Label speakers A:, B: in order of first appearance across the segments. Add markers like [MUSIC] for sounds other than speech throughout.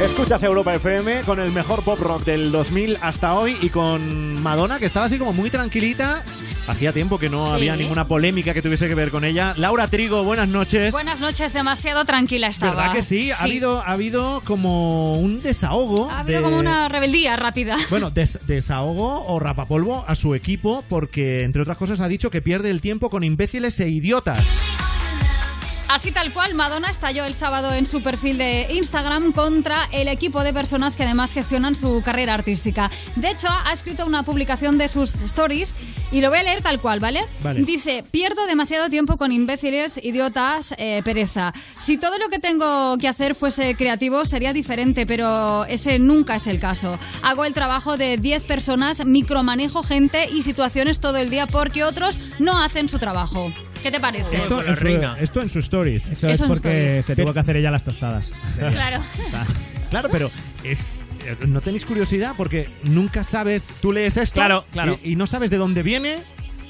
A: Escuchas Europa FM con el mejor pop rock del 2000 hasta hoy y con Madonna, que estaba así como muy tranquilita. Hacía tiempo que no
B: Sí.
A: había ninguna polémica que tuviese que ver con ella. Laura Trigo, buenas noches.
B: Buenas noches, demasiado tranquila estaba.
A: ¿Verdad que sí? Ha, habido, ha habido como un desahogo.
B: Ha habido
A: de-
B: como una rebeldía rápida.
A: Bueno, des- desahogo o rapapolvo a su equipo porque, entre otras cosas, ha dicho que pierde el tiempo con imbéciles e idiotas.
B: Así tal cual, Madonna estalló el sábado en su perfil de Instagram contra el equipo de personas que además gestionan su carrera artística. De hecho, ha escrito una publicación de sus stories y lo voy a leer tal cual, ¿vale?
C: Vale.
B: Dice, pierdo demasiado tiempo con imbéciles, idiotas, eh, pereza. Si todo lo que tengo que hacer fuese creativo sería diferente, pero ese nunca es el caso. Hago el trabajo de 10 personas, micromanejo gente y situaciones todo el día porque otros no hacen su trabajo. ¿Qué te parece?
A: Esto, en su, esto en sus stories.
D: Eso es
B: Eso en
D: porque
B: stories.
D: se tuvo que hacer ella las tostadas.
B: Claro.
A: [LAUGHS] Claro, pero es eh, no tenéis curiosidad porque nunca sabes, tú lees esto
D: Claro, claro.
A: Y, y no sabes de dónde viene,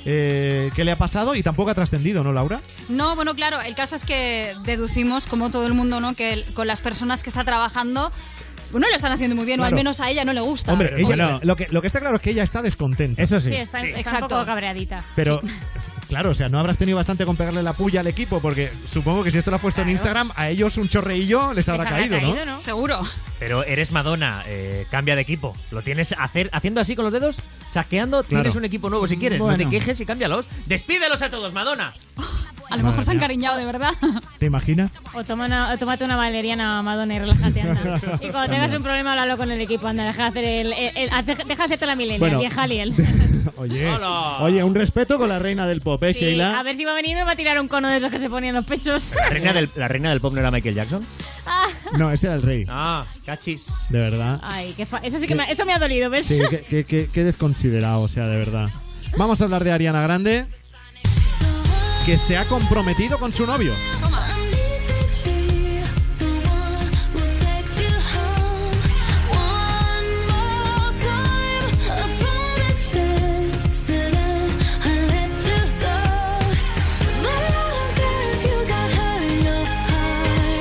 A: eh, qué le ha pasado y tampoco ha trascendido, ¿no, Laura?
B: No, bueno, claro, el caso es que deducimos, como todo el mundo, ¿no? Que el- con las personas que está trabajando, pues no lo están haciendo muy bien, o al
A: Claro.
B: menos a ella no le gusta.
A: Hombre,
B: O-
A: ella- lo, que, lo que está claro es que ella está descontenta.
D: [LAUGHS] Eso
E: Sí, está, está un poco cabreadita.
A: Pero, claro, o sea, no habrás tenido bastante con pegarle la puya al equipo porque supongo que si esto lo has puesto en Instagram, a ellos un chorreillo les habrá, caído, ¿no?
B: Seguro.
F: Pero eres Madonna, eh, cambia de equipo. Lo tienes hacer, haciendo así con los dedos, chasqueando, tienes un equipo nuevo si quieres. No
A: Bueno.
F: te quejes y cámbialos. Despídelos a todos, Madonna.
B: A lo mejor se han cariñado de verdad.
A: ¿Te imaginas? [LAUGHS]
E: O, toma una- o tómate una valeriana, Madonna, y relájate, anda. Y cuando tengas un problema, háblalo con el equipo, anda, deja de hacer el... el- el- haz- deja de hacerte la milenia,
A: Bueno. [LAUGHS]
E: vieja Aliel.
A: Oye, oye, un respeto con la reina del pop, ¿eh,
E: Sí,
A: Sheila?
E: a ver si va a venir y nos va a tirar un cono de esos que se ponían los pechos.
F: La reina, del, la reina del pop no era Michael Jackson.
A: No, ese era el rey.
F: Ah, cachis.
A: De verdad.
E: Ay, qué fa- eso sí que me, ha- eso me ha dolido, ¿ves?
A: Sí, qué, qué- qué- qué desconsiderado, o sea, de verdad. Vamos a hablar de Ariana Grande, que se ha comprometido con su novio.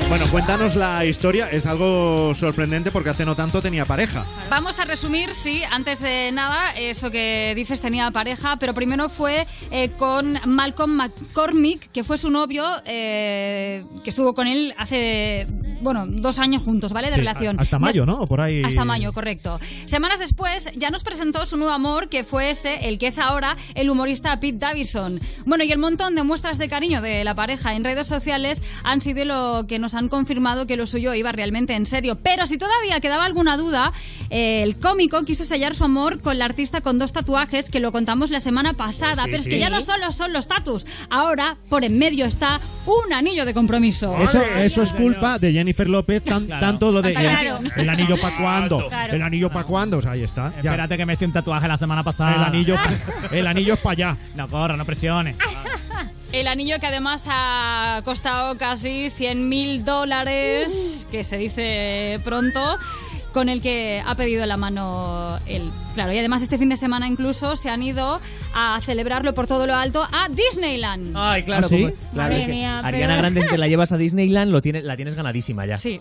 A: Bueno, cuéntanos la historia, es algo sorprendente porque hace no tanto tenía pareja.
B: Vamos a resumir, sí, antes de nada, eso que dices tenía pareja, pero primero fue eh, con Malcolm McCormick, que fue su novio, eh, que estuvo con él hace, bueno, dos años juntos, ¿vale? De
A: Sí,
B: relación.
A: a- hasta mayo, ¿no? Por ahí.
B: Hasta mayo, correcto. Semanas después ya nos presentó su nuevo amor, que fue ese, el que es ahora, el humorista Pete Davison. Bueno, y el montón de muestras de cariño de la pareja en redes sociales han sido lo que nos han confirmado que lo suyo iba realmente en serio. Pero si todavía quedaba alguna duda, eh, el cómico quiso sellar su amor con la artista con dos tatuajes, que lo contamos la semana
C: Sí,
B: pasada. pero es
C: sí.
B: que ya no solo son los tatus, ahora por en medio está un anillo de compromiso.
A: Eso, eso es culpa de Jennifer López, tan- tanto lo de el,
B: Claro.
A: el anillo pa' cuando,
D: Claro.
A: el anillo pa' cuando, o sea, ahí está. ya.
D: Espérate Ah. que me hice un tatuaje la semana pasada.
A: El anillo, pa- el anillo es para allá.
D: No corra, no presiones.
B: El anillo que además ha costado casi 100 mil dólares, que se dice pronto, con el que ha pedido la mano él. Claro, y además este fin de semana incluso se han ido a celebrarlo por todo lo alto a Disneyland.
F: Ay, claro.
D: ¿Ah, sí?
F: como- claro,
E: Madre
F: es que
E: mía,
F: Ariana
E: pero-
F: Grande, si te la llevas a Disneyland, lo tienes, la tienes ganadísima ya.
B: Sí.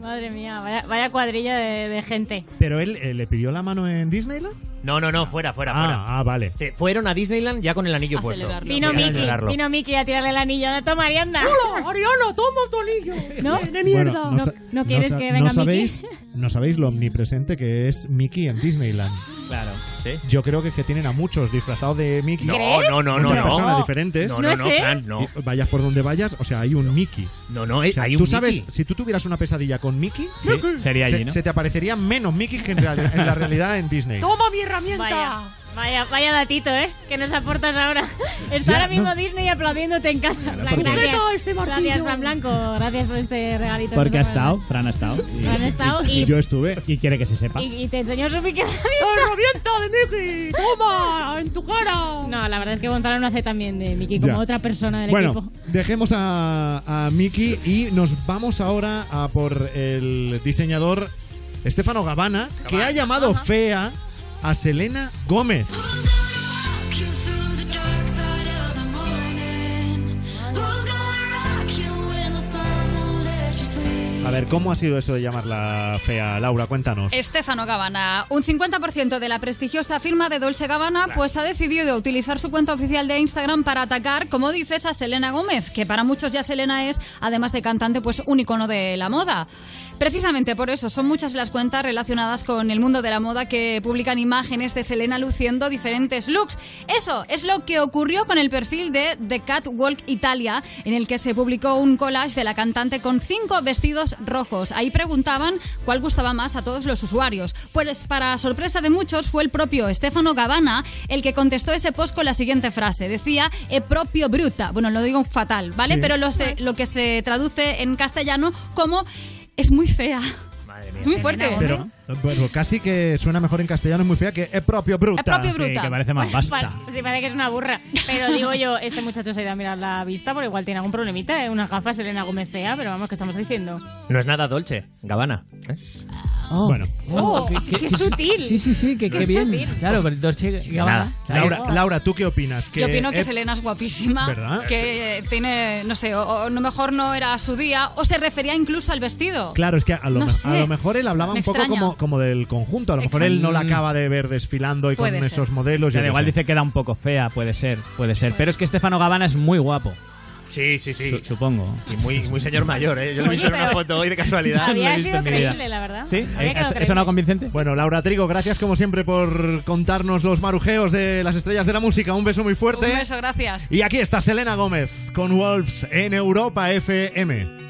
E: Madre mía, vaya, vaya cuadrilla de, de gente.
A: Pero él eh, le pidió la mano en Disneyland.
F: No, no, no, fuera, fuera,
A: Ah,
F: fuera.
A: ah, vale.
F: Se fueron a Disneyland ya con el anillo puesto.
B: celebrarlo.
F: Sí,
E: Vino
F: a
E: Miki,
F: celebrarlo.
E: vino Miki a tirarle el anillo. Toma, Arianda.
C: Ariana, toma tu anillo.
E: ¿No?
A: Bueno,
E: No,
A: sa-
E: no quieres
A: sa-
E: que venga
A: no
E: Miki?
A: sabéis, No sabéis lo omnipresente que es Mickey en Disneyland.
F: Claro, sí.
A: Yo creo que es que tienen a muchos disfrazados de Mickey.
F: No, ¿Crees? no, no, no,
A: Muchas
F: no.
A: personas diferentes.
F: No, no,
E: No
F: no,
E: sé.
F: Fran, no.
A: Y Vayas por donde vayas, o sea, hay un Mickey.
F: No, no, eh,
A: O sea,
F: hay un
A: tú sabes,
F: Mickey.
A: si tú tuvieras una pesadilla con Mickey,
F: Sí, sería
A: se,
F: allí, ¿no?
A: se te aparecerían menos Mickey que en, real- en la realidad en Disney.
C: Toma mi herramienta.
E: Vaya, vaya, vaya datito, ¿eh? Que nos aportas ahora. Está
A: Ya,
E: ahora mismo
A: no-
E: Disney aplaudiéndote en casa. Fran,
A: porque-
C: Sujeto a este martillo.
E: gracias, Fran Blanco. Gracias por este regalito.
D: Porque ha
E: has
D: estado, Fran ha estado. Y,
E: Fran ha estado y,
A: Yo estuve.
D: y quiere que se sepa.
E: y- y te enseñó su pique.
C: ¡Herramienta de Mickey! ¡Toma! ¡En tu cara!
E: No, la verdad es que Gonzalo no hace también de Miki como
A: Ya.
E: otra persona del
A: Bueno,
E: equipo.
A: dejemos a, a Mickey y nos vamos ahora a por el diseñador Estefano Gavana, que ha llamado fea a Selena Gómez. A ver, ¿cómo ha sido eso de llamarla fea, Laura? Cuéntanos.
B: Estefano Gabbana. Un 50% de la prestigiosa firma de Dolce Gabbana pues ha decidido utilizar su cuenta oficial de Instagram para atacar, como dices, a Selena Gómez, que para muchos ya Selena es, además de cantante, pues un icono de la moda. Precisamente por eso son muchas las cuentas relacionadas con el mundo de la moda que publican imágenes de Selena luciendo diferentes looks. Eso es lo que ocurrió con el perfil de The Catwalk Italia, en el que se publicó un collage de la cantante con cinco vestidos rojos. Ahí preguntaban cuál gustaba más a todos los usuarios. Pues para sorpresa de muchos fue el propio Stefano Gabbana el que contestó ese post con la siguiente frase. Decía, e propio bruta. Bueno, lo digo fatal, ¿vale?
A: Sí.
B: Pero lo, se- lo que se traduce en castellano como es muy fea.
F: Madre mía.
B: Es muy fuerte.
A: Pero bueno, casi que suena mejor en castellano, es muy fea, que es propio bruta.
B: Es propio
D: Sí,
B: bruta.
D: que parece más basta.
E: Pa- Sí, parece que es una burra. Pero digo yo, este muchacho se irá a mirar la vista porque igual tiene algún problemita, ¿eh? unas gafas Elena Gómez fea, pero vamos, ¿qué estamos diciendo?
F: No es nada dolce, Gabbana. ¿eh?
A: Bueno,
E: ¡Oh! ¡Qué, sutil!
D: Sí, sí, sí, que
E: No
D: qué
E: es
D: bien.
E: sutil.
D: Claro, pero Dolce y Gabbana.
F: Nada.
D: Claro.
A: Laura, Laura, ¿tú qué opinas?
B: Yo opino que
A: es-
B: Selena es guapísima,
A: ¿Verdad?
B: que tiene, no sé, o, o no mejor no era su día, o se refería incluso al vestido.
A: Claro, es que a lo,
B: No
A: me-
B: sé.
A: a lo mejor él hablaba
B: Me
A: un poco
B: extraña.
A: como, como del conjunto. A lo mejor
B: Exacto.
A: él no la acaba de ver desfilando y con
B: Puede ser.
A: esos modelos.
D: O sea,
A: yo
D: da
A: qué
D: Mm. igual
A: sé.
D: dice que da un poco fea, puede ser, puede ser. Pero es que Estefano Gabbana es muy guapo,
F: Sí, sí, sí.
D: su- supongo.
F: Y muy, muy señor mayor, ¿eh? Yo lo he
E: Oye,
F: visto en una
E: pero-
F: foto hoy de casualidad.
D: Había
E: Había
D: visto
E: sido
D: en mi vida.
E: creíble, la verdad.
D: ¿Sí?
E: Había
D: ¿Eh?
E: quedado
D: ¿Has-
E: creíble.
D: ¿He sonado convincente?
A: Bueno, Laura Trigo, gracias como siempre por contarnos los marujeos de las estrellas de la música. Un beso muy
B: Un
A: fuerte. ¿eh?
B: beso, gracias.
A: Y aquí está Selena Gómez con Wolves en Europa FM.